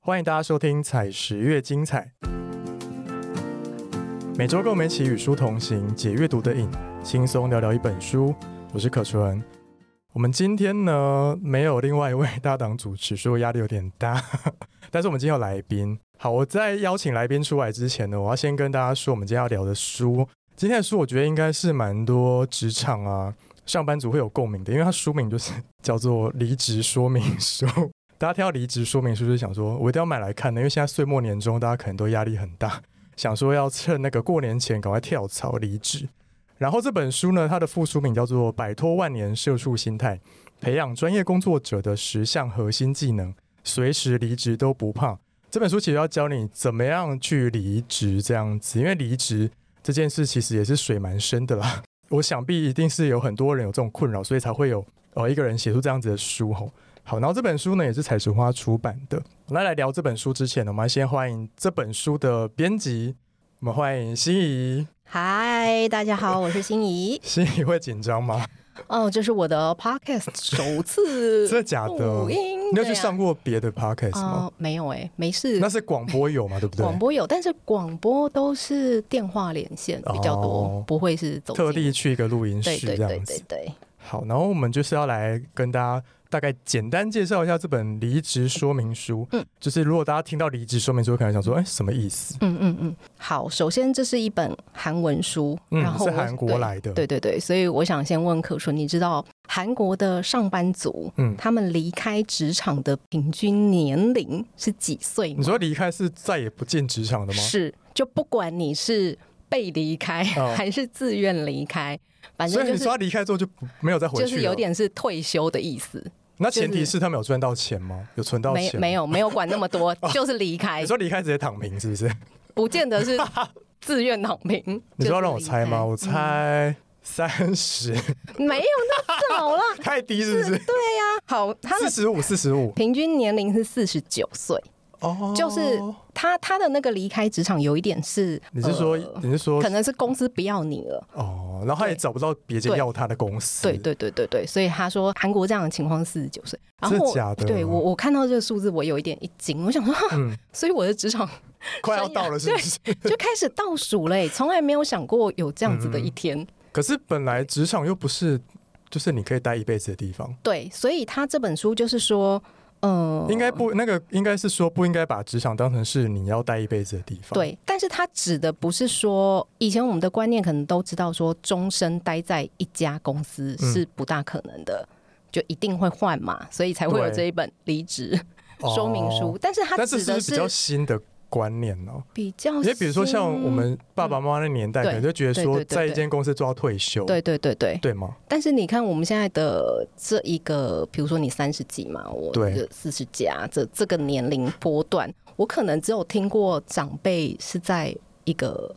欢迎大家收听《采石越精彩》，每周跟我们一起与书同行，解阅读的瘾，轻松聊聊一本书。我是可纯。我们今天呢没有另外一位搭档主持，所以我压力有点大。 但是我们今天有来宾。好，我在邀请来宾出来之前呢，我要先跟大家说，我们今天要聊的书，今天的书我觉得应该是蛮多职场啊、上班族会有共鸣的，因为它书名就是叫做《离职说明书》。大家听到离职说明书，就想说我一定要买来看的，因为现在岁末年终，大家可能都压力很大， 想说要趁那个过年前赶快跳槽离职。然后这本书呢，它的副书名叫做《摆脱万年社畜心态：培养专业工作者的十项核心技能》，随时离职都不怕。这本书其实要教你怎么样去离职，这样子，因为离职这件事其实也是水蛮深的啦。 我想必一定是有很多人有这种困扰，所以才会有呃一个人写出这样子的书哦吼。好，然后这本书呢也是彩石花出版的。那来聊这本书之前呢，我们要先欢迎这本书的编辑，我们欢迎心仪。。嗨，大家好，我是心怡心仪会紧张吗？ 哦，这是我的 podcast 首 次真的假的？录音，你有去上过别的 podcast 对啊吗？哦没有哎、没事那。是广播有嘛，对不对？广播有，但是广播都是电话连线比较多，哦不会是走进特地去一个录音对室对这对样子对。对。好，然后我们就是要来跟大家大概简单介绍一下这本离职说明书。嗯嗯，就是如果大家听到离职说明书，可能想说，哎，什么意思？嗯嗯嗯，好，首先这是一本韩文书，嗯然后是我韩国对来的对对对，所以我想先问可纯，你知道韩国的上班族，嗯他们离开职场的平均年龄是几岁吗你？说离开是再也不进职场的吗？是，就不管你是被离开、哦 还是自愿离开，反所正以就你是说他离开之后就不没有再回去就了，是有。点是退休的意思，那前提就是他们有赚到钱吗？有存到没钱吗没？有没有管那么多，就是离开哦你，说离开直接躺平是不 是？不见 得是自愿躺平。你就说要是让我离猜吗？开嗯我猜三十，没有那早 了。太低是不是？好，他四的十五，四十五平均年龄是四十九岁，哦，就是他他的那个离开职场有一点是，你是说呃你是说可能是公司不要你了。哦，然后他也对找不到别间对要他的公司，对对对对对，所以他说韩国这样的情况四十九岁，然后真的我假的对我我看到这个数字，我有一点一惊，我想说，哈嗯 所以我的职场快要到了是不 是？就开始倒数嘞，从来没有想过有这样子嗯的一天。可是本来职场又不是就是你可以待一辈子的地方，对，所以他这本书就是说，呃，应该不那个应该是说不应该把职场当成是你要待一辈子的地方，，对，但是他指的不是说以前我们的观念可能都知道说终身待在一家公司嗯是不大可能的，就一定会换嘛，所以才会有对这一本离职 说明书。哦。但是他但是是指不的是比较新的观念呢、比较，因为比如说像我。们爸爸妈妈那年代，哦嗯可能就觉得对说对对对在一间公司做到退休，对对对对，对吗？但是你看我们现在的这一个，比如说你三十几嘛，我对四十加这这个年龄波段，我可能只有听过长辈是在一个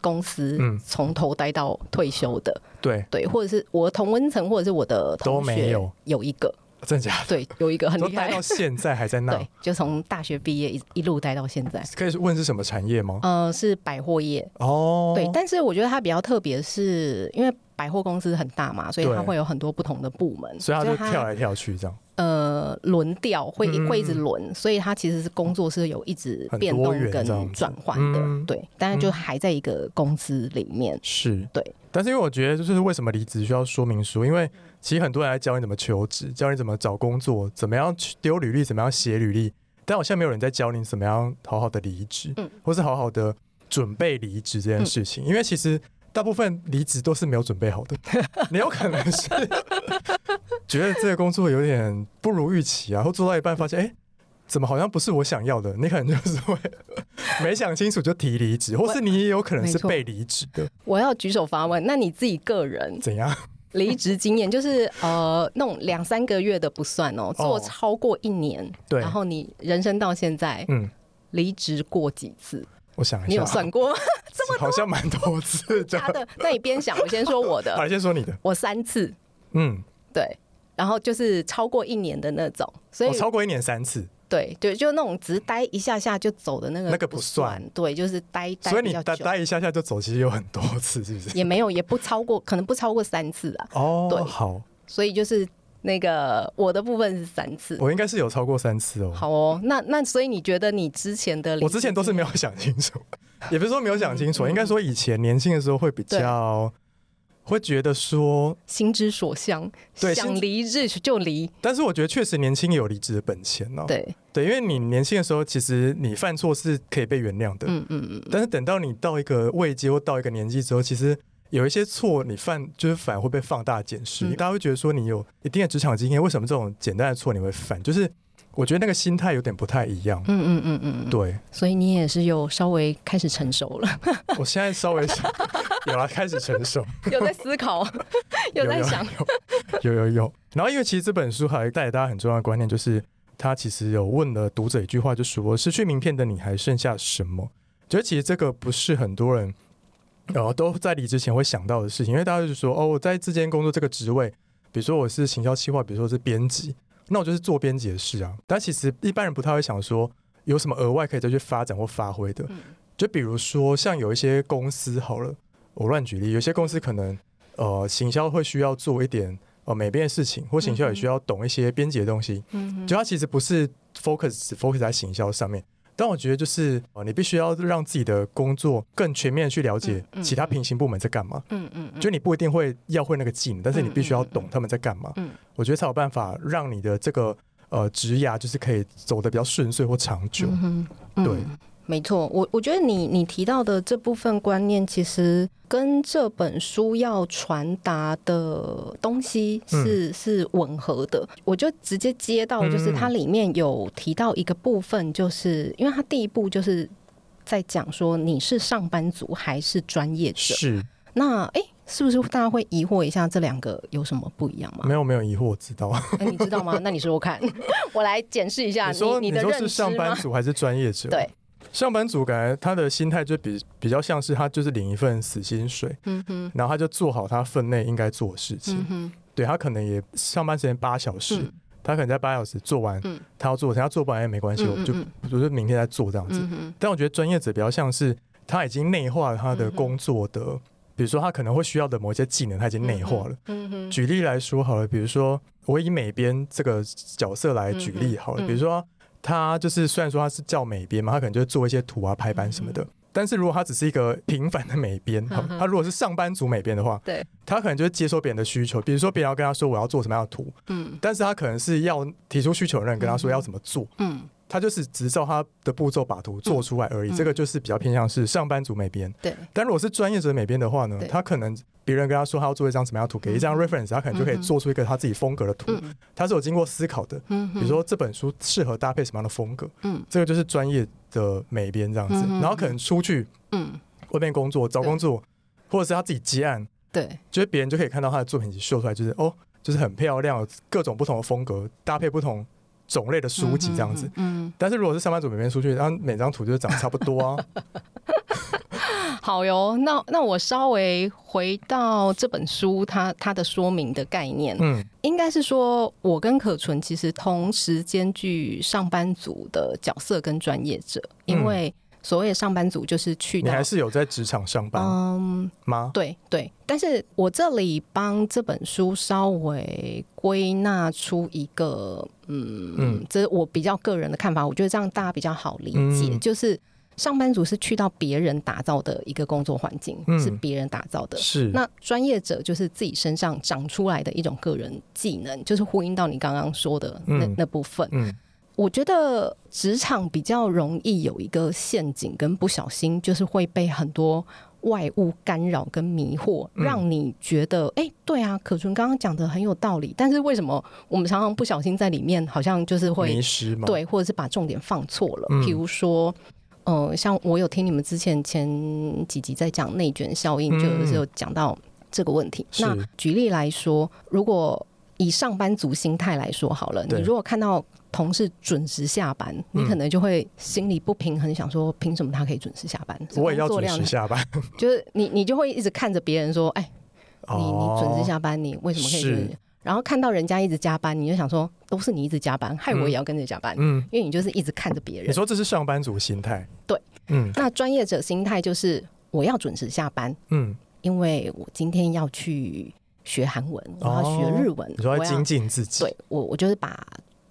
公司嗯从头待到退休的， 对，对，或者是我的同温层，或者是我的同都没学有有一个，真的假的？对，有一 个很都厉待害到，现在还在那 对，，就从大学毕业一一路待到现在，可以问是什么产业吗？呃，是百货业，哦，对，但是我觉得它比较特别，是因为百货公司很大嘛，所以它对会有很多不同的部门，所以他就它跳来跳去这样，呃轮调会嗯会一直轮，所以它其实是工作是有一直很变多动元这样跟子转换的，嗯对，但是就还在一个公司里面，是对。但是因为我觉得，就是为什么离职需要说明书，因为其实很多人来教你怎么求职，教你怎么找工作，怎么样去丢履历，怎么样写履历，但好像没有人在教你怎么样好好的离职，嗯或是好好的准备离职这件事情。因为其实大部分离职都是没有准备好 的，你有可能是觉得这个工作有点不如预期啊，或做到一半发现，哎、怎么好像不是我想要的？你可能就是会 没想清楚就提离职，或是你也有可能是没错被离职的，我要举手发问，那你自己 个人怎样？离职经验，就是呃那种两三个月的不算哦，做超过一年，对然后你人生到现在嗯，离职过几次？我想一下，你有算过 吗？好像蛮多次的。他的，那你边想，我先说我好，的，你先说你的。我三次，嗯，对，然后就是超过一年的那种，所以、我哦超过一年三次，对对，就那种只是待一下下就走的那个那个不算，对，就是待待所以比你较待久待一下下就走，其实有很多次，是不是？也没有也不超过，可能不超过三次啊，哦对好，所以就是那个我的部分是三次。我应该是有超过三次哦。好哦，那那所以你觉得你之前的我之前都是没有想清楚，也不是说没有想嗯清楚，应该说以前年轻的时候会比较会觉得说，心之所向，对想心离日就离，但是我觉得确实年轻有离职的本钱哦。对，对，因为你年轻的时候，其实你犯错是可以被原谅的，嗯嗯嗯，但是等到你到一个位阶或到一个年纪之后，其实有一些错你犯，就是反而会被放大检视。嗯大家会觉得说你有一定的职场经验，为什么这种简单的错你会犯？就是我觉得那个心态有点不太一样。嗯嗯嗯嗯嗯，对所以你也是有稍微开始成 熟了，我现在稍微想 有了开始成熟，有在 思考，有在想，有有有。然后因为其实这本书还带给大家很重要的观念，就是他其实有问了读者一句话，就说失去名片的你还剩下什么？觉得其实这个不是很多人呃都在离职前会想到的事情，因为大家就说哦，我在这间工作这个职位，比如说我是行销企划，比如说我是编辑，那我就是做编辑的事啊。但其实一般人不太会想说有什么额外可以再去发展或发挥的。嗯就比如说像有一些公司好了，我乱举例，有些公司可能呃行销会需要做一点呃美编的事情，或行销也需要懂一些编辑的东西。嗯就它其实不是 focus 只 focus 在行销上面，但我觉得就是呃你必须要让自己的工作更全面地去了解嗯嗯其他平行部门在干嘛。嗯嗯嗯，就你不一定会要会那个技能，但是你必须要懂他们在干嘛。嗯嗯嗯我觉得才有办法让你的这个呃职涯就是可以走得比较顺遂或长久。嗯哼对嗯没错，我我觉得你你提到的这部分观念，其实跟这本书要传达的东西是、是吻合的。我就直接接到，就是嗯嗯它里面有提到一个部分，就是因为它第一步就是在讲说你是上班族还是专业者。是，那诶，是不是大家会疑惑一下这两个有什么不一样 吗？没有没有疑惑，我知 道。诶你知道吗？那你说说看， 我来检视一下你说啊你你的说认是知上班吗？族还是专业者？对，上班族感觉他的心态就比比较像是他就是领一份死薪水，嗯哼，然后他就做好他分内应该做的事情。嗯哼，对他可能也上班时间八小时，嗯他可能在八小时做完，嗯他要做，他要做不完也哎没关系，嗯我就嗯我就明天再做这样子。嗯哼，嗯但我觉得专业者比较像是他已经内化了他的工作的，比如说他可能会需要的某些技能，他已经内化了。嗯哼，举例来说好了，比如说我以美编这个角色来举例好了，嗯嗯比如说他就是虽然说他是叫美编嘛，他可能就做一些图啊、排版什么的。但是如果他只是一个平凡的美编，好嗯哼他如果是上班族美编的话，对，他可能就会接受别人的需求，比如说别人要跟他说我要做什么样的图，嗯但是他可能是要提出需求的人跟他说要怎么做，嗯，他就是只照他的步骤把图做出来而已。嗯这个就是比较偏向是上班族美编。对，但如果是专业者美编的话呢对，嗯他可能别人跟他说他要做一张什么样的图，给一张 reference，他可能就可以嗯哼做出一个他自己风格的图，嗯他是有经过思考的。嗯哼，比如说这本书适合搭配什么样的风格，嗯这个就是专业的美编这样子嗯。哼然后可能出去嗯，外面工作找工作，或者是他自己接案，对，就是别人就可以看到他的作品集秀出来，就是哦，就是很漂亮，有各种不同的风格搭配不同种类的书籍这样子。嗯，但是如果是上班族美编出去，然后每张图就长得差不多 啊，嗯，好哟。那那我稍微回到这本书它它的说明的概念，嗯，应该是说我跟可纯其实同时兼具上班族的角色跟专业者，因嗯为所谓的上班族就是去你到还是有在职场上班嗯。吗？对对，但是我这里帮这本书稍微归纳出一个，嗯，嗯这是我比较个人的看法，我觉得这样大家比较好理解，嗯就是上班族是去到别人打造的一个工作环境，嗯是别人打造的。是，那专业者就是自己身上长出来的一种个人技能，就是呼应到你刚刚说的那、嗯那部分。嗯我觉得职场比较容易有一个陷阱，跟不小心就是会被很多外物干扰跟迷惑，嗯让你觉得哎、诶对啊，可纯刚刚讲的很有道理，但是为什么我们常常不小心在里面好像就是会迷失嘛，，对，或者是把重点放错了？嗯比如说。呃，像我有听你们之前前几集在讲内卷效应，嗯就是有讲到这个问题。是那举例来说，如果以上班族心态来说好了，对嗯你如果看到同事准时下班，你可能就会心里不平衡，想说凭什么他可以准时下班？我也要工作准量时下班。就是你你就会一直看着别人说，哎，你你准时哦，下班，你为什么可以是准时？然后看到人家一直加班，你就想说，都是你一直加班，害我也要跟着加班，嗯，因为你就是一直看着别人你。说这是上班族心态，对，嗯那专业者心态就是我要准时下班，嗯因为我今天要去学韩文，我要学日文，哦你说我在要精进自己。对我，我就是把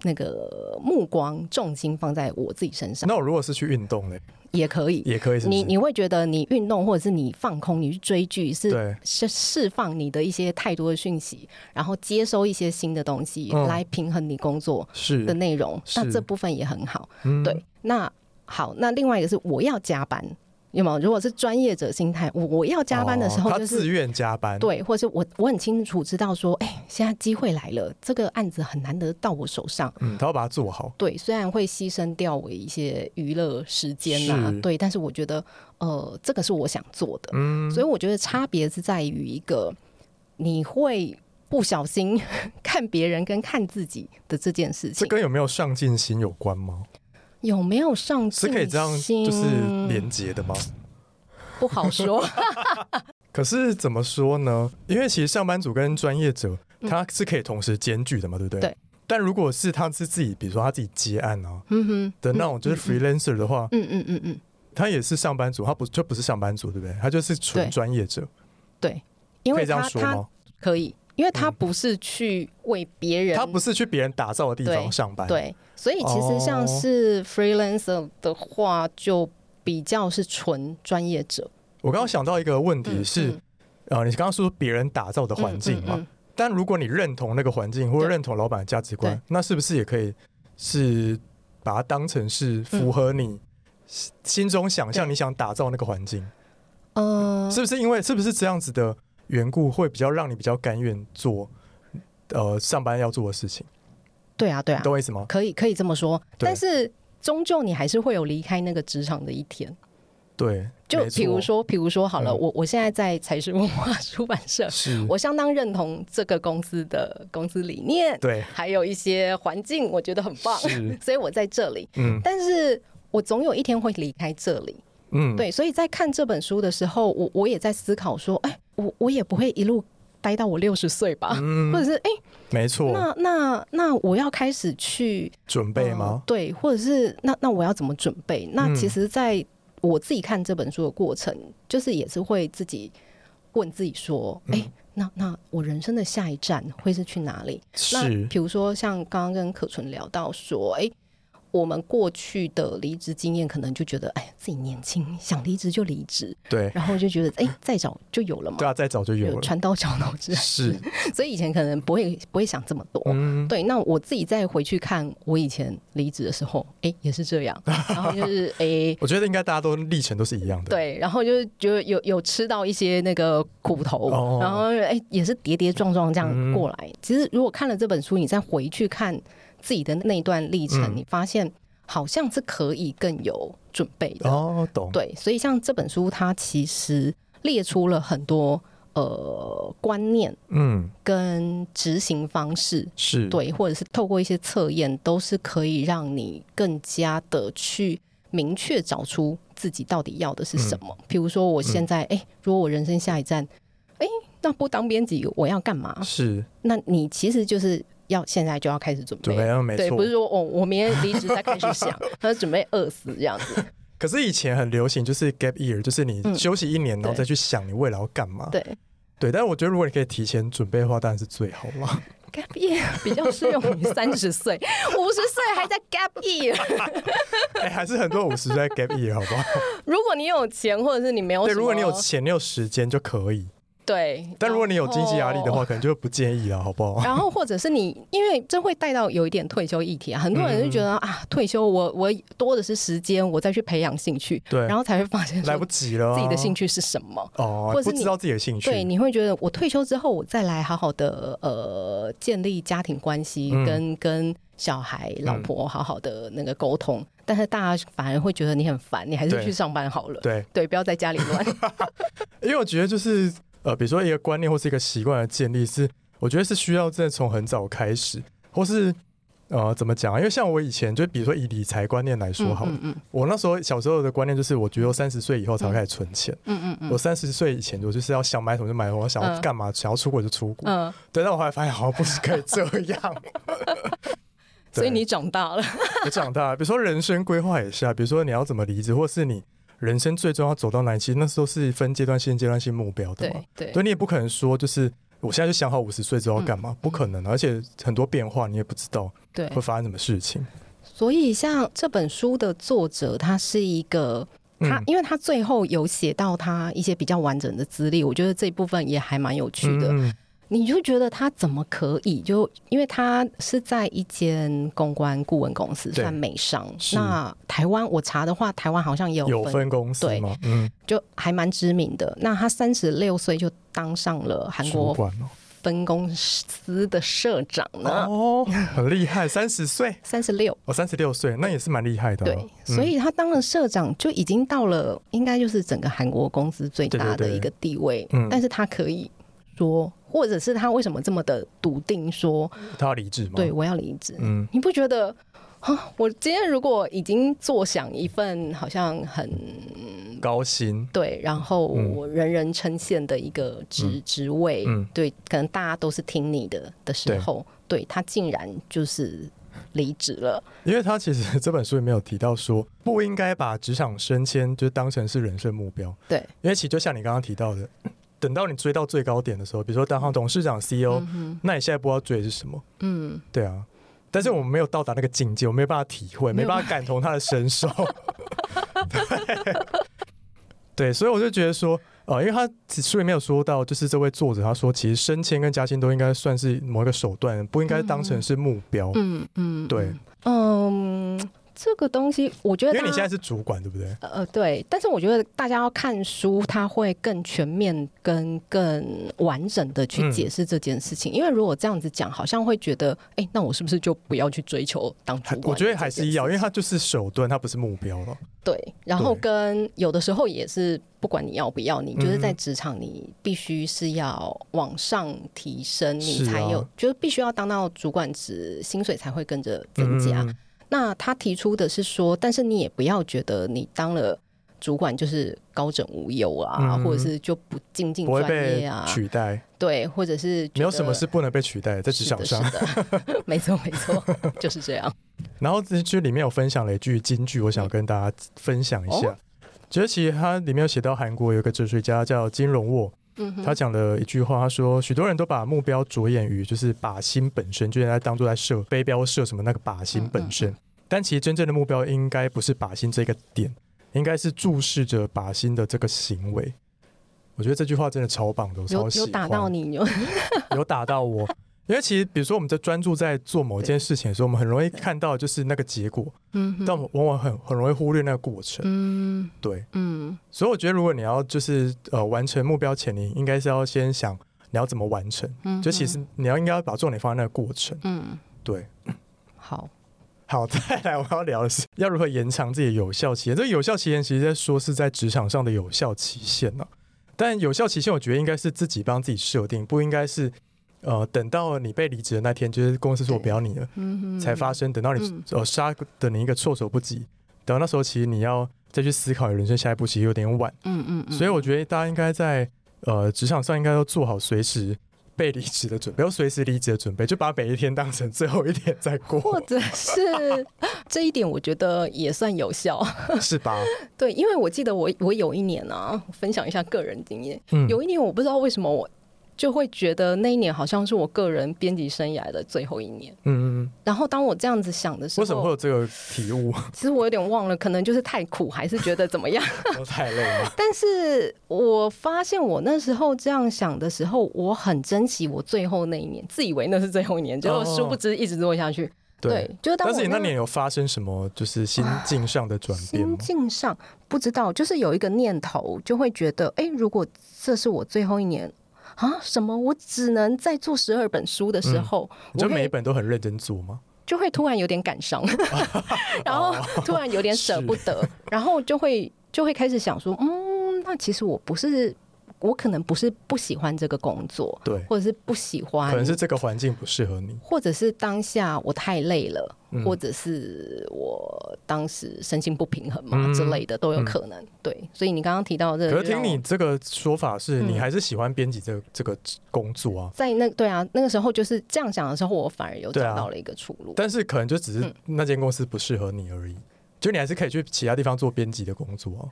那个目光重心放在我自己身上，那我如果是去运动嘞，也可以。也可以是不是你你会觉得你运动或者是你放空，你去追剧是对是释放你的一些太多的讯息，然后接收一些新的东西、嗯来平衡你工作的是内容。是那这部分也很好。嗯对，那好，那另外一个是我要加班，有没有？如果是专业者心态，我我要加班的时哦候他就是、自愿加班，对，或是我我很清楚知道说，哎、现在机会来了，这个案子很难得到我手上。嗯，他要把它做好。对，虽然会牺牲掉我一些娱乐时间呐、是对，但是我觉得，呃，这个是我想做的，嗯，所以我觉得差别是在于一个你会不小心 看别人跟看自己的这件事这情，跟有没有上进心有关吗？有没有上是进可以这样心就是连接的吗？不好说，可是怎么说呢？因为其实上班族跟专业者他是可以同时兼具的嘛，对不对？嗯对。但如果是他是自己，比如说他自己接案啊 嗯哼，的那种，就是 freelancer 的话，嗯嗯嗯嗯，他也是上班族，他不就不是上班族，对不对？他就是纯对专业者，对，因可以为这样他说他吗？可以，因为他不是去为别嗯人，他不是去别人打造的地方对上班，，对，所以其实像哦是 freelancer 的话，就比较是纯专业者。我刚刚想到一个问题嗯是，嗯呃，你刚刚说别人打造的环境嘛，嗯嗯嗯但如果你认同那个环境或者对认同老板的价值观对，那是不是也可以是把它当成是符合你心心中想象嗯对你想打造那个环境？呃，是不是因为是不是这样子的缘故，会比较让你比较甘愿做呃上班要做的事情？对啊，对啊你，懂我意思吗？可以可以这么说，对但是终究你还是会有离开那个职场的一天。对，就没错比如说，比如说好了，嗯我我现在在财师文化出版社，是，我相当认同这个公司的公司理念，对，还有一些环境，我觉得很棒，是 所以我在这里。嗯但是我总有一天会离开这里，嗯，对，所以在看这本书的时候，我我也在思考说，哎、我我也不会一路待到我六十岁吧，嗯或者是哎、没错，那那那我要开始去准备呃吗？对，或者是那那我要怎么准备？那嗯其实，在我自己看这本书的过程，就是也是会自己问自己说，嗯哎、那那我人生的下一站会是去哪里？那是，比如说像刚刚跟可纯聊到说，哎、我们过去的离职经验，可能就觉得，哎，自己年轻，想离职就离职， 对，然后就觉得，哎、再找就有了嘛，对啊，再早就有有了，传刀绞脑之类，是， 所以以前可能不会不会想这么多。嗯，对，那我自己再回去看我以前离职的时候，哎、也是 这样，然后就是哎、我觉得应该大家都历程都是一样的，对，然后就是觉得有有吃到一些那个苦头，哦然后哎、也是跌跌撞撞嗯这样过来。其实如果看了这本书，你再回去看自己的那段历程，嗯你发现好像是可以更有准备的。哦，懂，对，所以像这本书，它其实列出了很多呃观念嗯，跟执行方式，是，，对，或者是透过一些测验，都是可以让你更加的去明确找出自己到底要的是嗯什么。比如说，我现在哎、诶如果我人生下一站，哎、那不当编辑我要干嘛？是，那你其实就是要现在就要开始准准备。备，嗯没对，错不。是说哦，我明天离职再开始 想，他准备饿死这样子。可是以前很流行，就是 gap year，就是你嗯休息一年，然后对再去想你未来要干嘛。对对，但是我觉得如果你可以提前准备的话，当然是最好 啦。 ，gap year 比较适用于三十岁，五十岁还在 gap year。哎，还是很多五十岁 gap year，好不 好？如果你有钱，或者是你没有对，什么，如果你有钱，你有时间就可以。对，哦但如果你有经济压力的然后话，可能就不建议了，好不好？ 然后或者是你，因为这会带到有一点退休议题啊，很多人就觉嗯得、啊，退休我我多的是时间，我再去培养兴趣，对然后才会发现来说不及了啊。自己的兴趣趣是什么。哦，或是不你知道自己的兴趣。对，你会觉得我退休之后，我再来好好的呃建立家庭关系，嗯跟跟小孩、老嗯婆好好的那个沟通，但是大家反而会觉得你很烦，你还是对去上班好了。对，对，不要在家里 乱。因为我觉得就是呃，比如说一个观念或是一个习惯的建立是，我觉得是需要真的从很早开始，或是呃怎么讲啊？因为像我以前就比如说以理财观念来说好了，嗯嗯我那时候小时候的观念就是，我觉得三十岁以后才会开始存钱。嗯嗯嗯我三十岁以前，我就是要想买什么就买什么，我想要嗯干嘛、想要出国就出国。嗯，对，但我后来发现好像不是可以这样。所以对你长大了，我长大，比如说人生规划也是啊，比如说你要怎么离职，或是你人生最终要走到哪里，其实那时候是分阶段性、阶段性目标的嘛对。对对，你也不可能说就是我现在就想好五十岁之后要干嘛，不可能啊，而且很多变化你也不知道嗯对会，发生什么事情。所以像这本书的作者，他是一个。他嗯，因为他最后有写到他一些比较完整的资历，我觉得这一部分也还蛮有趣的。嗯你就觉得他怎么可以？就因为他是在一间公关顾问公司，对算美商。是那台湾我查的话，台湾好像也有有分，分公司对吗？嗯，就还蛮知名的。那他三十六岁就当上了韩主国管哦分公司的社长呢，哦，很厉害，三十岁，三十六。我三十六岁，那也是蛮厉害的哦。对，所以他当了社长就已经到了，应该就是整个韩国公司最大对对的对一个地位。嗯但是他可以说，或者是他为什么这么的笃定说，嗯他要离职吗？对，我要离职？嗯，你不觉得啊？我今天如果已经坐享一份好像很高薪，对，然后嗯我人人称羡的一个职、职位，嗯对，可能大家都是听你的的时对候，对他竟然就是离职了，因为他其实这本书里面有提到说，不应该把职场升迁就当成是人生目标，对，因为其实就像你刚刚提到的，等到你追到最高点的时候，比如说当上董事长、CEO，、那你现在不知道追的是什么，嗯，对啊。但是我们没有到达那个境界，我没有办法体会，没没有办法感同他的身 受。对，对，所以我就觉得说，呃，因为他书里面有说到，就是这位作者他说，其实升迁跟加薪都应该算是某一个手段，不应该当成是目标。嗯嗯，对，嗯，这个东西我觉因得为你大现在家。是主管，对不对？呃，对，但是我觉得大家要看书，他会更全面跟更完整的去嗯解释这件事情。因为如果这样子讲，好像会觉得，哎、那我是不是就不要去追求当主还管我觉得还这件是事要，因为情它就是手段，它不是目标了。对，然后对跟有的时候也是，不管你要不要，你就是在嗯职场，你必须是要往上提升，你是才有，啊就是必须要当到主管职，薪水才会跟着增加。嗯那他提出的是说，但是你也不要觉得你当了主管就是高枕无忧啊，嗯或者是就不精进不会专被业啊，取代，对，或者是觉没有什么得是不能被取代的，在职是场的上。 是的 没错没错，就是这样。然后这就里面有分享了一句金句，我想跟大家分享一下。哦觉得其实它里面有写到韩国有一个哲学家叫金荣沃，嗯哼，他讲了一句话，他说许多人都把目标着眼于就是靶心本身，就应该当做在射飞镖射什么那个靶心本嗯身，但其实真正的目标应该不是靶心这个点，应该是注视着靶心的这个行为。我觉得这句话真的超棒的，我超有喜有欢。打到你，有 有打到我。因为其实，比如说我们在专注在做某一件事情的时候，我们很容易看到就是那个结果，嗯但哼，我们往往很很容易忽略那个过程。嗯对，嗯所以我觉得如果你要就是呃完成目标前，你应该是要先想你要怎么完成，嗯，就其实你要应该要把重点放在那个过程。嗯对，好，好， 再来我要聊的是要如何延长自己的有效期限。这个有效期限其实在说是在职场上的有效期限呢、哦但有效期限我觉得应该是自己帮自己设定，不应该是呃等到你被离职的那天，就是公司说我不要你了。嗯哼，才发生，等到你嗯呃杀的你一个措手不及，等到那时候其实你要再去思考你人生下一步，其实有点晚。嗯，嗯嗯，所以我觉得大家应该在呃职场上应该要做好随时被离职的准备，要随时离职的准备，就把每一天当成最后一天再或过，者是 这一点，我觉得也算有效。是吧？对，因为我记得我我有一年啊，我分享一下个人经验，嗯，有一年我不知道为什么我就会觉得那一年好像是我个人编辑生涯的最后一年。嗯嗯嗯，然后当我这样子想的时为什么会候，有这个体 悟？其实我有点忘了，可能就是太苦，还是觉得怎么样。 我太累 了，但是我发现我那时候这样想的时候，我很珍惜我最后那一年，自以为那是最后一年，结果哦殊不知一直做下去。对，，就是当但我是你那样年有发生什么就是心境上的转变心吗？境上不知道，就是有一个念头，就会觉得，哎、如果这是我最后一年啊，什么我只能再做十二本书的时候，嗯你我就会每一本都很认真做吗？就会突然有点 感伤，然后哦突然有点舍不得，然后就会就会开始想说，嗯，那其实我不是，我可能不是不喜欢这个工作，对，或者是不喜欢，可能是这个环境不适合你。或者是当下我太累了，嗯或者是我当时身心不平衡嘛、嗯之类的都有可能。对，所以你刚刚提到的，可是听你这个说法是，嗯你还是喜欢编辑这个这个工作啊，在那对啊，那个时候就是这样想的时候，我反而有对啊找到了一个出路。但是可能就只是嗯那间公司不适合你而已，就你还是可以去其他地方做编辑的工作啊，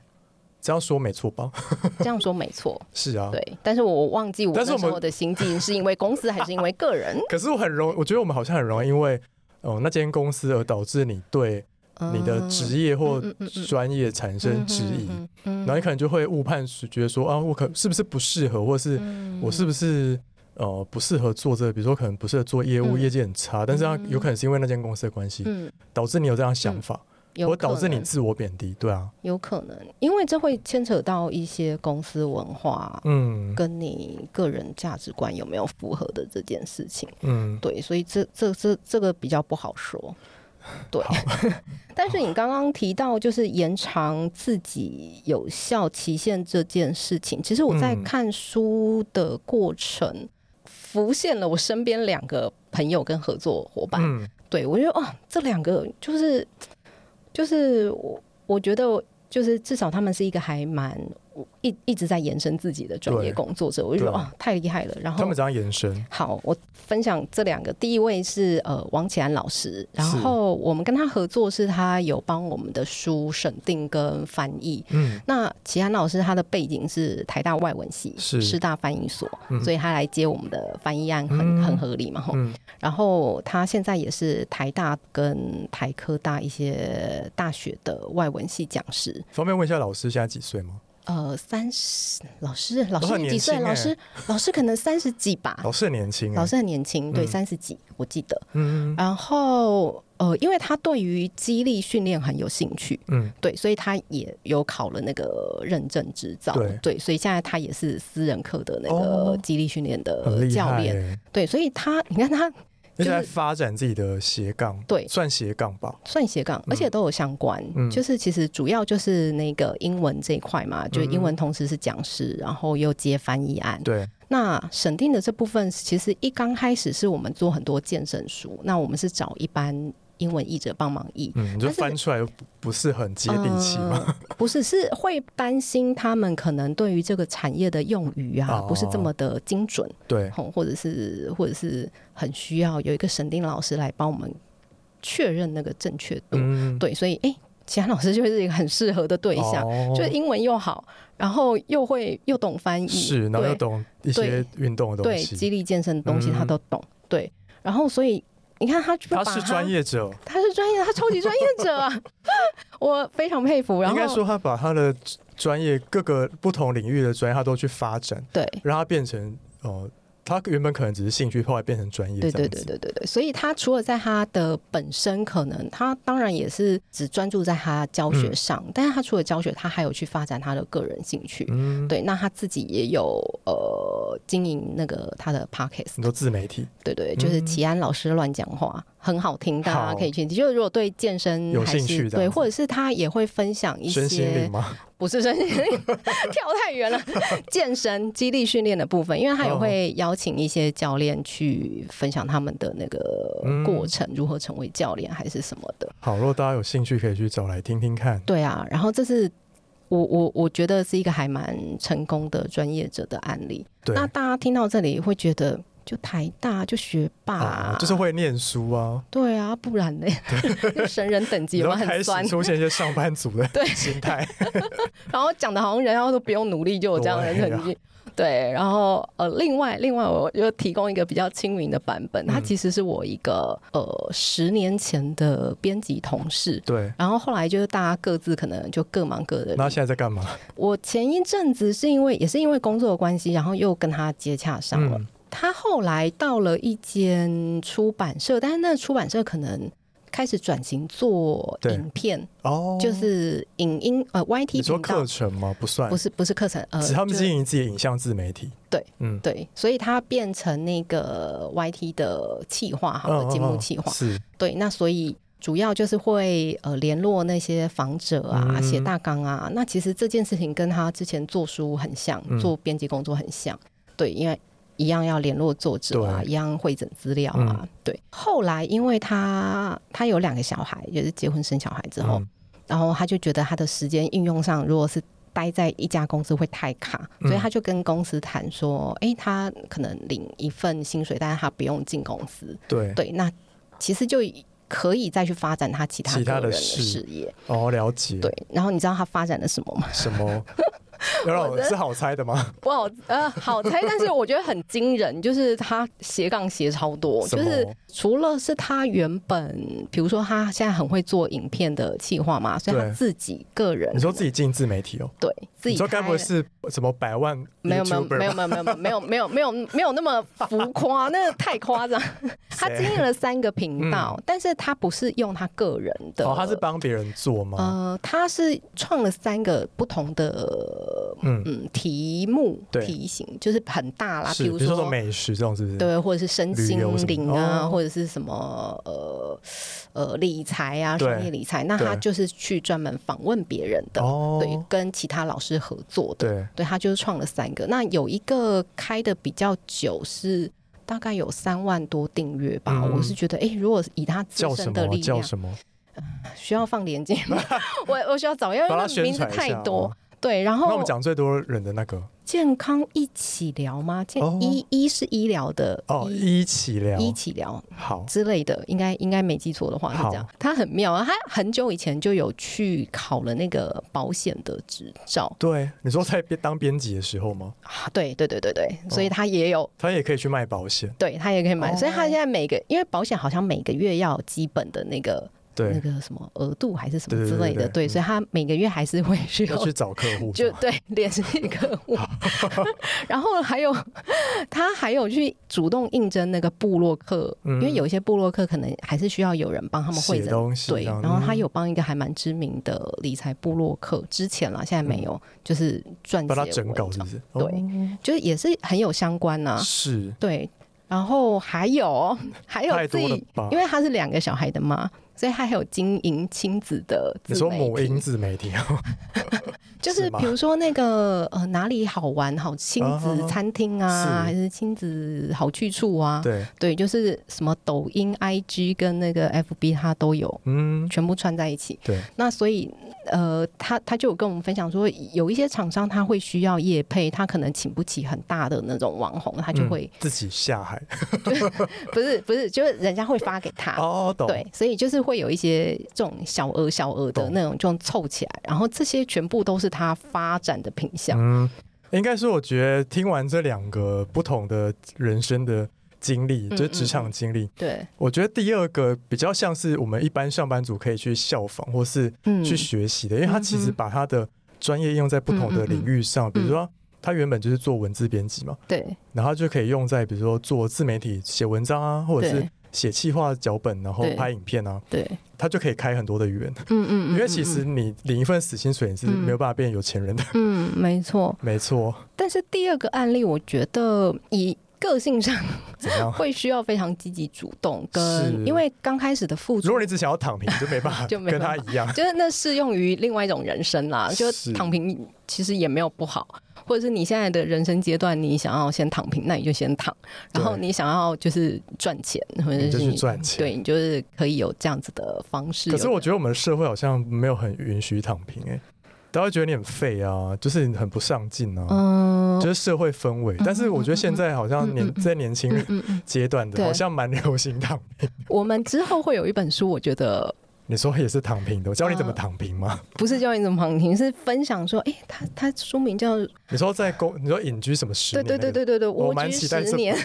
这样说没错吧？ 这样说没错，是啊，对。但是我忘记我但是那我时们。候的心境是因为公司还是因为个人可是我很容，我觉得我们好像很容易因为哦那间公司而导致你对 你的职业或嗯嗯嗯嗯专业产生质疑，嗯嗯然后你可能就会误判，觉得说啊，我可是不是不适合，或嗯是我是不是呃不适合做这个比如说可能不适合做业务，嗯业绩很差，但是它嗯有可能是因为那间公司的关系，嗯，导致你有这样的想法，有或导致可你能自我贬低，对啊，有可能，因为这会牵扯到一些公司文化。嗯跟你个人价值观有没有符合的这件事情，嗯，对，所以这这这这个比较不好说，对。 但是你刚刚提到就是延长自己有效期限这件事情，其实我在嗯看书的过程，浮现了我身边两个朋友跟合作伙伴，嗯对我觉得哦，这两个就是就是我我觉得就是至少他们是一个还蛮一一直在延伸自己的专业对工作者，我就觉得对哇、太厉害了。然他后们怎样延伸？好，我分享这两个，第一位是呃王启安老师，然是后我们跟他合作是他有帮我们的书审定跟翻译，嗯那齐安老师他的背景是台大外文系，是师大翻译所，嗯所以他来接我们的翻译案很、嗯很合理嘛吼。嗯然后他现在也是台大跟台科大一些大学的外文系讲师。方便问一下老师现在几岁吗？呃，三十，老师，老都师很你几岁？年轻欸老师，老师可能三十几吧。老师很年轻、欸，老师很年轻，对，嗯三十几，我记得。嗯，嗯然后，呃，因为他对于激励训练很有兴趣，嗯对，所以他也有考了那个认证执照，对所以现在他也是私人课的那个哦激励训练很的厉呃教害、练，欸，对，所以他你看他而且就是在发展自己的斜杠，对算斜杠吧，算斜杠，而且都有相关，嗯就是其实主要就是那个英文这一块嘛，嗯就英文同时是讲师，然后又接翻译案。对，那审定的这部分，其实一刚开始是我们做很多健身书，那我们是找一般英文译者帮忙译，嗯，你就但是翻出来又不不是很接地气嘛，呃不是，是会担心他们可能对于这个产业的用语啊，哦不是这么的精准，对，吼或者是或者是很需要有一个审定老师来帮我们确认那个正确 度。嗯，对，所以诶，其他老师就是一个很适合的对象，哦就是英文又好，然后又会又懂翻译，是，然后对又懂一些运动的东对西激，励健身的东西他嗯都懂，对，然后所以你看他就他把是专。业者，他是专业，他超级专业 者啊，我非常佩服。然应后该说他把他的专业各个不同领域的专业他都去发展，对，让他变成哦，他原本可能只是兴趣，后来变成专业，对对对，对对对，所以他除了在他的本身可能，他当然也是只专注在他教学上，但是他除了教学，他还有去发展他的个人兴趣。嗯，对，那他自己也有呃经营那个他的 podcast，你说自媒体对对，就是嗯齐安老师乱讲话，很好听，大家好可以去听。就是如果对健身有还兴趣是这样子对，或者是他也会分享一身心些灵吗？不 是身心灵，跳太远了。健身、肌力训练的部分，因为他也哦会邀请一些教练去分享他们的那个嗯过程，如何成为教练还是什么的。好，如果大家有兴趣，可以去找来听听看。对啊，然后这是我我我觉得是一个还蛮成功的专业者的案例。对，那大家听到这里会觉得，就台大就学霸、啊，就是会念书啊，对啊，不然 呢？就神人等级然嘛，后开很始酸。出现一些上班族 的心态， 然后讲的好像人家都不用努力就有这样的啊成绩。对，然后呃，另外另外，我又提供一个比较亲民的版嗯本，它其实是我一个呃十年前的编辑同事，对。然后后来就是大家各自可能就各忙各的。那现在在干嘛？我前一阵子是因为也是因为工作的关系，然后又跟他接洽上了。嗯他后来到了一间出版社，但是那个出版社可能开始转型做对影片，哦，就是影音呃 YT 你说频道课。程吗？不算，不是不是课程，呃，只他们就经营自己的影像自媒体。对，嗯，对，所以它变成那个 YT 的企划好嗯了，节目嗯企划。是，对，那所以主要就是会呃联络那些访者啊，嗯写大纲啊。那其实这件事情跟他之前做书很像嗯，做编辑工作很像。对，因为。一样要联络作者啊，对嗯一样会诊资料啊，对。后来因为他他有两个小孩，也是结婚生小孩之后，嗯然后他就觉得他的时间运用上，如果是待在一家公司会太卡，嗯所以他就跟公司谈说，诶，他可能领一份薪水，但是他不用进公司。对，对，那其实就可以再去发展他其他其他个的人的事事业。哦，了解。对，，然后你知道他发展了什么 吗？什 么？有老我的是好猜的吗？哇，呃，好猜，但是我觉得很惊人，就是他斜杠斜超多，什就么是除了是他原本，比如说他现在很会做影片的企划嘛，所以他对自己个人，你说自己进自媒体哦？对自己你说该开不会了是什么百万 YouTuber 吧？没有没有没有没有没有没有没有没有没有那么浮夸，那太夸 张。他经营了三个频道，但是他不是用他个人的，嗯哦，他是帮别人做吗？呃，他是创了三个不同的嗯，嗯题目对题型，就是很大啦，是，比比如如说什么说。美食这种是不是？对，或者是身旅心游什么灵啊，哦或者是什么呃呃理财啊，对商业理财，那对他就是去专门访问别人的，哦，对，跟其他老师合作的。对，对，他就是创了三个。那有一个开的比较久是。大概有三万多订阅吧，嗯我是觉得，哎、如果以他自叫什身的么力叫量，什么？需要放链接吗？ 我我需要找，因为帮他那宣名字传一太下多哦。。对，然那我后们讲最多人的那个健康一起聊吗？健哦一一是医疗的哦，一一起聊，一起聊，好，之类的，应该应该没记错的话是这样好。他很妙啊，他很久以前就有去考了那个保险的执照对，你说在编当编辑的时候吗？啊，对对对对对，所哦以他也有、他也可以去卖保险，对他也可以买，哦所以他现在每个因为保险好像每个月要有基本的那个那对，个什么额度还是什么对对之类的，对对对所以他每个月还是会需要要去找客户， 就对联系客 户，然后还有他还有去主动应征那个部落客，嗯因为有一些部落客可能还是需要有人帮他们会写诊东西对，这样然后他嗯有帮一个还蛮知名的理财部落客，之前啦，现在没有，就是撰把它写嗯整文搞，是章不是？对就是也是很有相关啊呐、哦，是对，然后还有 还太有自多啊了己，吧因？为她是两个小孩的妈，所以她还有经营亲子的自你说媒母体啊婴自媒体，就是是吗比如说那个呃哪里好玩好亲子餐厅啊，是还是亲子好去处啊？对，对，就是什么抖音、IG 跟那个 FB 它都有，嗯，全部串在一起。对，那所以呃，他他就有跟我们分享说，有一些厂商他会需要业配，他可能请不起很大的那种网红，他他就会、嗯自己下海。嗯不是不是，就是人家会发给他。哦，懂，啊对，所以就是会有一些这种小额小额的懂那种，就凑起来，然后这些全部都是他发展的品相。嗯，应该是我觉得听完这两个不同的人生的经历，就嗯是职场经历，对，我觉得第二个比较像是我们一般上班族可以去效仿或是嗯去学习的，因为他其实把他的专业应用在不同嗯的领域上，比如说他原本就是做文字编辑嘛，对然后就可以用在比如说做自媒体写文章啊，或者是对写企划脚本，然后对拍影片啊，对，他就可以开很多的源。嗯嗯因为其实你领一份死薪水，你是没有办法变有钱人的。 嗯没错。没错，但是第二个案例，我觉得以个性上怎么样？ 会需要非常积极主动，哦是跟因为刚开始的付如出果你只想要躺平，就没办法 就没跟他办一 样。就是那适用于另外一种人生啦，就是躺平其实也没有不好，或者是你现在的人生阶段，你想要先躺平，那你就先躺，对然后你想要就是赚钱，或者你就是去你赚钱对你就是可以有这样子的方式。可是我觉得我们的社会好像没有很允许躺平、欸，哎，大家会觉得你很废啊，就是你很不上进啊，嗯就是社会氛围。但是我觉得现在好像年、在年轻人嗯嗯，阶段的，对好像蛮流行躺平。 我们之后会有一本书，我觉得你说也是躺平的，我教你怎么嗯躺平吗？ 不是教你怎么躺平，是分享说，哎、他他书名叫你说在公，你说隐居什么十对年、那对个对对对对，我蜗蛮居期待这十年，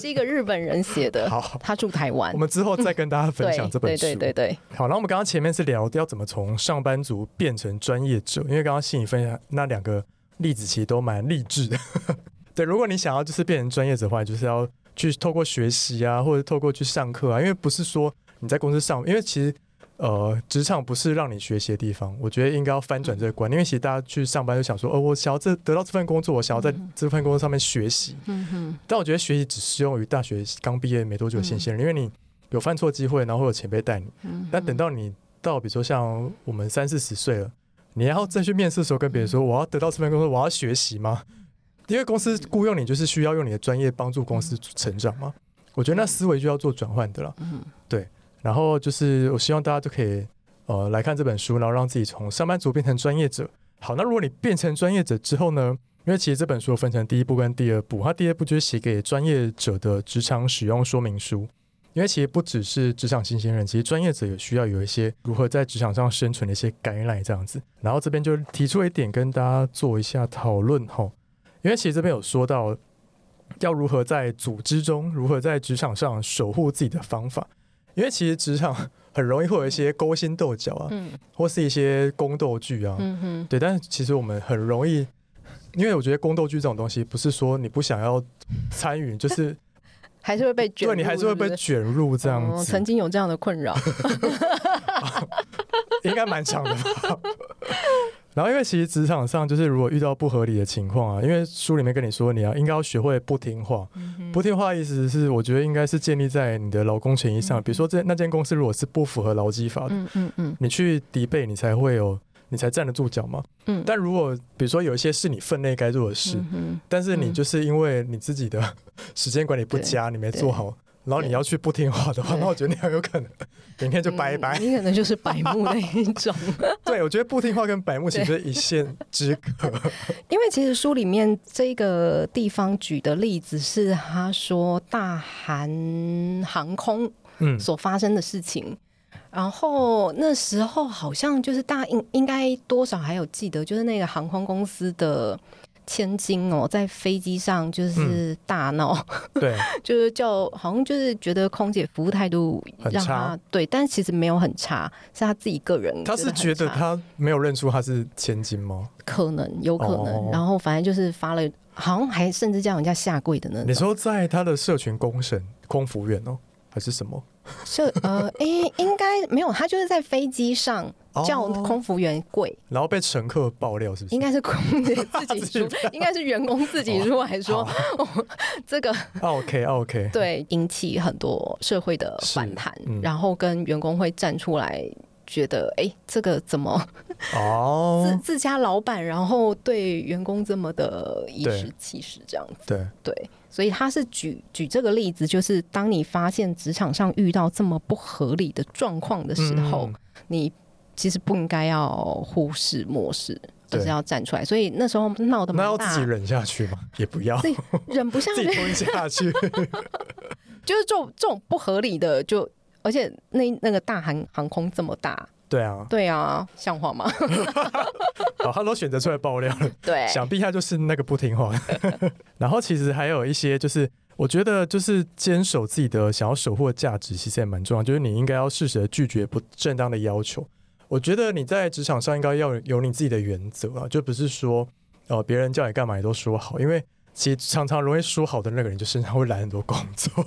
是一个日本人写的， 好，他住台湾我，们之后再跟大家分对享这本书。对对对对，好，那我们刚刚前面是聊要怎么从上班族变成专业者，因为刚刚信你分享那两个例子其实都蛮励志的。 对，如果你想要就是变成专业者的话，就是要去透过学习啊，或者透过去上课啊，因为不是说你在公司上，因为其实呃，职场不是让你学习的地方，我觉得应该要翻转这个观念，因为其实大家去上班就想说，哦，我想要这得到这份工作，我想要在这份工作上面学习，嗯哼，但我觉得学习只适用于大学刚毕业没多久的新鲜人，因为你有犯错机会，然后会有前辈带你。嗯但等到你到，比如说像我们三四十岁了，你要再去面试的时候，跟别嗯人说我要得到这份工作，我要学习吗？因为公司雇佣你，就是需要用你的专业帮助公司成长嘛。我觉得那思维就要做转换的啦。嗯然后就是，我希望大家都可以呃来看这本书，然后让自己从上班族变成专业者。好，那如果你变成专业者之后呢？因为其实这本书有分成第一部跟第二部，它第二部就是写给专业者的职场使用说明书，因因为其实不只是职场新鲜人，其实专业者也需要有一些如何在职场上生存的一些概念这样子。然后这边就提出一点跟大家做一下讨论吼，因为其实这边有说到要如何在组织中，如何在职场上守护自己的方法。因为其实职场很容易会有一些勾心斗角啊，嗯或是一些宫斗剧啊，嗯哼，对。但是其实我们很容易，因为我觉得宫斗剧这种东西，不是说你不想要参与，就是还是会被 卷入，对你还是会被对不对卷入这样哦子，曾经有这样的困扰，应该蛮长的吧。 然后，因为其实职场上就是如果遇到不合理的情况啊，因为书里面跟你说你要应该要学会不听话。嗯不听话的意思是，我觉得应该是建立在你的劳工权益上。比如说这那间公司如果是不符合劳基法的，嗯嗯嗯你去敌背，你才会有，你才站得住脚嘛。嗯，但如果比如说有一些是你分内该做的事，嗯但是你就是因为你自己的 时间管理不佳，你没做好，然后你要去不听话的话，对那我觉得你很有可能明天就拜拜。嗯你可能就是白目那一 种。对，我觉得不听话跟白目其实一线之隔。 因为其实书里面这个地方举的例子是，他说大韩航空嗯所发生的事情。然后那时候好像就是大家应应该多少还有记得，就是那个航空公司的千金哦，在飞机上就是嗯大闹，对，就是叫好像就是觉得空姐服务态度很让差他对，但其实没有很差，是他自己个人他是很觉得差他没有认出他是千金吗？可能有可能，哦然后反正就是发了，好像还甚至叫人家下跪的那你种。说在他的社群公审空服员哦，还是什么？就呃，诶、应该没有，他就是在飞机上哦叫空服员跪，然后被乘客爆料是不是？应该是空姐自己自己出，应该是员工自己出来说，哦、这个啊 OK OK，对引起很多社会的反弹，是嗯然后跟员工会站出来。觉得诶，这个怎么自哦，自家老板，然后对员工这么的颐对指气使这样子？对，对，所以他是举举这个例子，就是当你发现职场上遇到这么不合理的状况的时候，嗯你其实不应该要忽视漠视，对而是要站出来。所以那时候闹得那蛮要自大，己忍下去吗？也不要。自己忍不下自去己，吞下去， 就是这种这种不合理的就。而且那那个大航航空这么大，对啊，对啊，像话吗？ 好，他都选择出来爆料了，对，想必他就是那个不听话。 然后其实还有一些，就是我觉得就是坚守自己的想要守护的价值，其实也蛮重要。就是你应该要适时的拒绝不正当的要求。我觉得你在职场上应该要有有你自己的原则啊，就不是说呃别人叫你干嘛你都说好，因为其实常常容易说好的那个人，就是他会揽很多工作。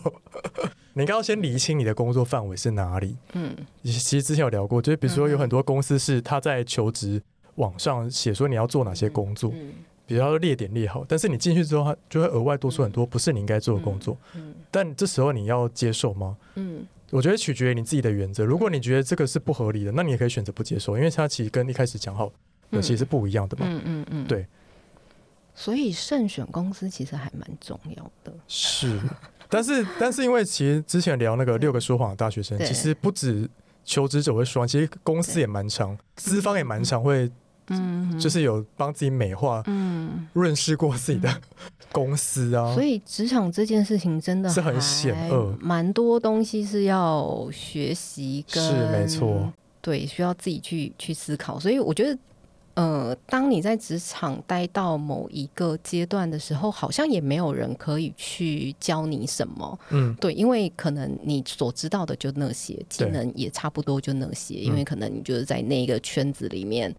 你应该要先理清你的工作范围是哪里，嗯，其其实之前有聊过，就是比如说嗯有很多公司是他在求职网上写说你要做哪些工作，嗯比如他列点列好，但是你进去之后，他就会额外多出很多不是你应该做的工作。嗯但这时候你要接受吗？嗯我觉得取决于你自己的原则。如果你觉得这个是不合理的，那你也可以选择不接受，因为它其实跟一开始讲好的嗯其实是不一样的嘛。嗯嗯嗯，对。所以慎选公司其实还蛮重要的。是，但是但是因为其实之前聊那个六个说谎的大学生，对其实不止求职者会说谎，其实公司也蛮常，资方也蛮常会嗯，就是有帮自己美化嗯，润饰过自己的公司啊。所以职场这件事情真的是很险恶还蛮多东西是要学习跟是没错，对，需要自己去去思考。所以我觉得，呃，当你在职场待到某一个阶段的时候，好像也没有人可以去教你什么。嗯，对，因为可能你所知道的就那些，技对嗯能也差不多就那些，因为可能你就是在那个圈子里面。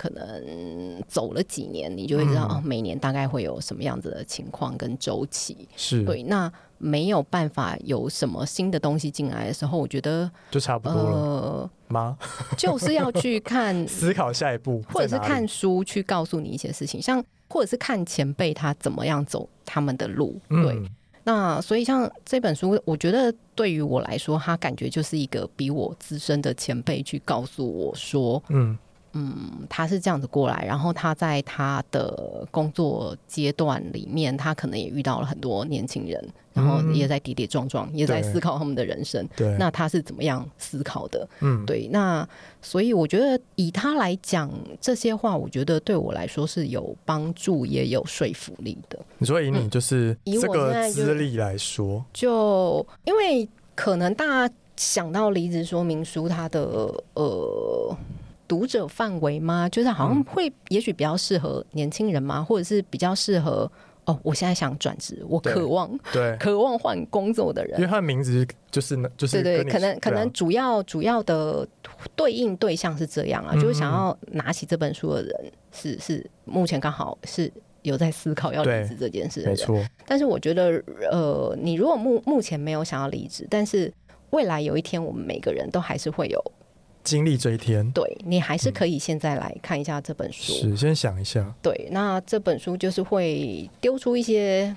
可能走了几年，你就会知道、嗯哦，每年大概会有什么样子的情况跟周期。是，对，那没有办法有什么新的东西进来的时候，我觉得就差不多了呃，吗？，就是要去看 思考下一步，或者是在哪里看书去告诉你一些事情，像或者是看前辈他怎么样走他们的路。对，嗯那所以像这本书，我觉得对于我来说，它感觉就是一个比我资深的前辈去告诉我说，嗯嗯，他是这样子过来，然后他在他的工作阶段里面，他可能也遇到了很多年轻人，然后嗯也在跌跌撞撞，也在对思考他们的人生。对，那他是怎么样思考的？嗯对，那所以我觉得以他来讲这些话，我觉得对我来说是有帮助，也有说服力的。你说以你就是嗯以我这现个在就资历来说，就因为可能大家想到离职说明书，它的呃读者范围吗？就是好像会，也许比较适合年轻人嘛，或者是比较适合哦，我现在想转职，我对渴望 对，渴望换工作的因为人。他的名字就是就是对对，跟你可能可对啊能主要主要的对应对象是这样啊，嗯就是想要拿起这本书的人是是目前刚好是有在思考要对离职这件事的没人，错，但是我觉得，呃，你如果目目前没有想要离职，但是未来有一天，我们每个人都还是会有，经历这一天对你还是可以现在来看一下这本书。是先想一下，对，那这本书就是会丢出一些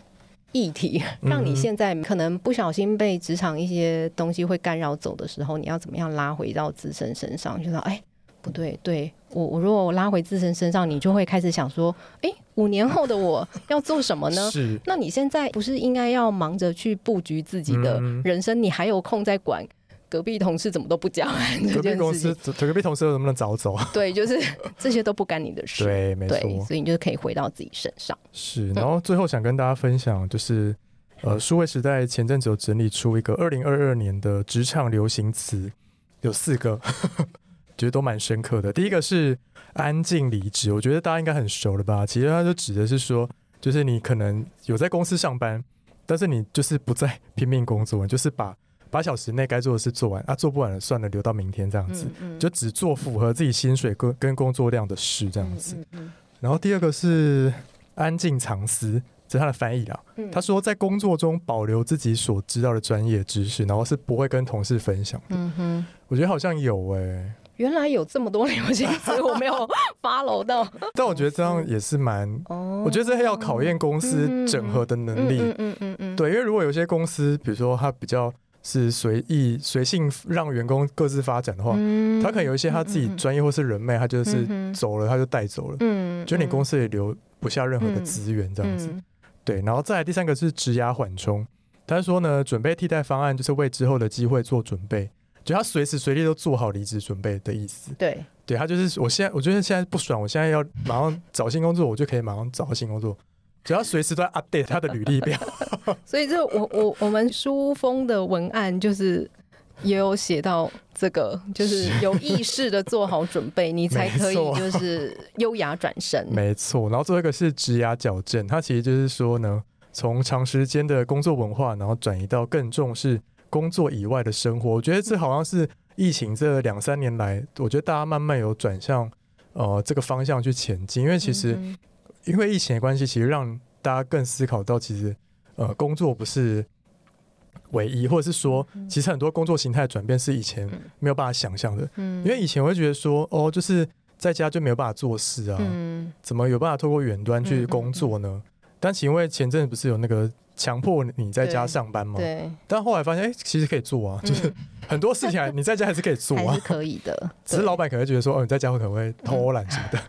议题，嗯让你现在可能不小心被职场一些东西会干扰走的时候，你要怎么样拉回到自身身上？就是哎，不对，对我我如果拉回自身身上，你就会开始想说，哎，五年后的我要做什么呢？是哦那你现在不是应该要忙着去布局自己的嗯人生？你还有空在管隔壁同事怎么都不交案 隔这壁件公事司情？隔壁同事能不能早走？对，就是这些都不干你的事。对，没对，错，所以你就可以回到自己身上。是。然后最后想跟大家分享，就是呃，数位时代前阵子有整理出一个二零二二年的职场流行词，有四个， 觉得都蛮深刻的。第一个是安静离职，我觉得大家应该很熟了吧？其实它就指的是说，就是你可能有在公司上班，但是你就是不再拼命工作，你就是把八小时内该做的事做完啊，做不完了算了，留到明天这样子。嗯就只做符合自己薪水跟跟工作量的事这样子。。嗯然后第二个是安静藏私，这是他的翻译啦。嗯他说在工作中保留自己所知道的专业知识，然后是不会跟同事分享。嗯哼，我觉得好像有哎、原来有这么多流行词，我没有 follow 到。但我觉得这样也是蛮，嗯哦我觉得这要考验公司整合的能力。嗯嗯嗯嗯，对，因为如果有些公司，比如说它比较是随意随性让员工各自发展的话，嗯，哦他可能有一些他自己专业或是人脉，他就是嗯嗯走了他就带走了。嗯，就你公司司也留不下任何的资源这样子。，对，然后再来第三个是职涯缓冲，他说呢，准备替代方案就是为之后的机会做准备，就他随时随地都做好离职准备的意思。对，对他就是，我现在我觉得现在不爽，我现在要马上找新工作，我就可以马上找到新工作。只要随时都在 update 他的履历 表，所以这我我我们书封的文案就是也有写到这个，就是有意识的做好准备，你才可以没错就是优雅转身。没错。然后最后一个是职涯矫正，他其实就是说呢，从长时间的工作文化，然后转移到更重视工作以外的生活。我觉得这好像是疫情这两三年来，我觉得大家慢慢有转向呃这个方向去前进，因为其实嗯因为疫情的关系，其实让大家更思考到，其实呃工作不是唯一，或者是说，其实很多工作形态的转变是以前嗯没有办法想象的。嗯因为以前我会觉得说，哦，就是在家就没有办法做事啊，嗯怎么有办法透过远端去工作呢？但其实因为前阵子不是有那个强迫你在家对上班吗？对，嗯但后来发现，哎、其实可以做啊，就是很多事情 还你在家还是可以做还啊是。可以的， 只是对老板可能会觉得说，哦，你在家会可能会偷懒什 么的，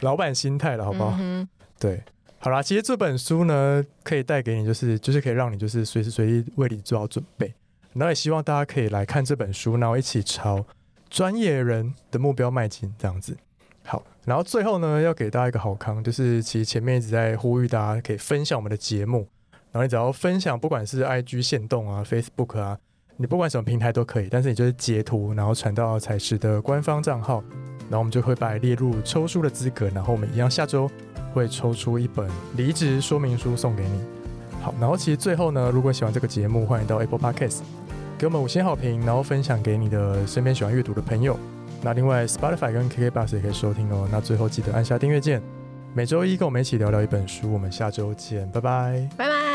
老板心态了，好不好？嗯对，好啦，其实这本书呢，可以带给你，就是就是可以让你就是随时随地为你做好准备。然后也希望大家可以来看这本书，然后一起朝专业人的目标迈进，这样子。好，然后最后呢，要给大家一个好康，就是其实前面一直在呼吁大家可以分享我们的节目，然后你只要分享，不管是 IG 线动啊、Facebook 啊，你不管什么平台都可以，但是你就是截图，然后传到彩石的官方账号，然后我们就会把你列入抽书的资格，然后我们一样下周会抽出一本离职说明书送给你。好，然后其实最后呢，如果喜欢这个节目，欢迎到 Apple Podcast 给我们五星好评，然后分享给你的身边喜欢阅读的朋友。那另外 Spotify 跟 KK Bus 也可以收听哦。那最后记得按下订阅键，每周一跟我们一起聊聊一本书，我们下周见，拜拜。拜拜。